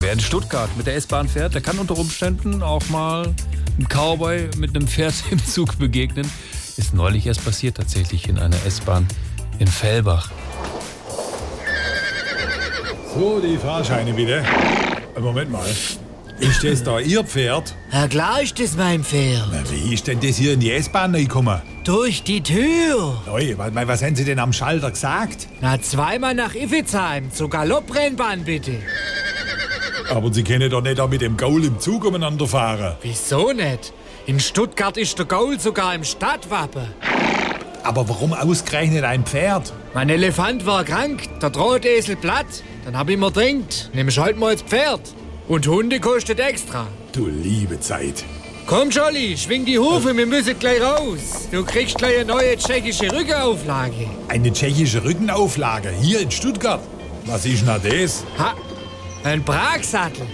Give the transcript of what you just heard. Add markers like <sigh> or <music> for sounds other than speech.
Wer in Stuttgart mit der S-Bahn fährt, der kann unter Umständen auch mal einem Cowboy mit einem Pferd <laughs> im Zug begegnen. Ist neulich erst passiert tatsächlich in einer S-Bahn in Fellbach. So, Oh, die Fahrscheine bitte. Äh, Moment mal. Ist das da Ihr Pferd? Na klar ist das mein Pferd. Na, wie ist denn das hier in die S-Bahn reingekommen? Durch die Tür. Neu, was, was haben Sie denn am Schalter gesagt? Na zweimal nach Iffezheim. Zur Galopprennbahn bitte. Aber Sie können doch nicht da mit dem Gaul im Zug umeinander fahren. Wieso nicht? In Stuttgart ist der Gaul sogar im Stadtwappen. Aber warum ausgerechnet ein Pferd? Mein Elefant war krank, der Drahtesel platt. Dann hab ich mir trinkt. Nimm halt mal das Pferd. Und Hunde kostet extra. Du liebe Zeit. Komm, Jolly, schwing die Hufe, wir müssen gleich raus. Du kriegst gleich eine neue tschechische Rückenauflage. Eine tschechische Rückenauflage hier in Stuttgart. Was ist denn das? Ha, ein Pragsattel.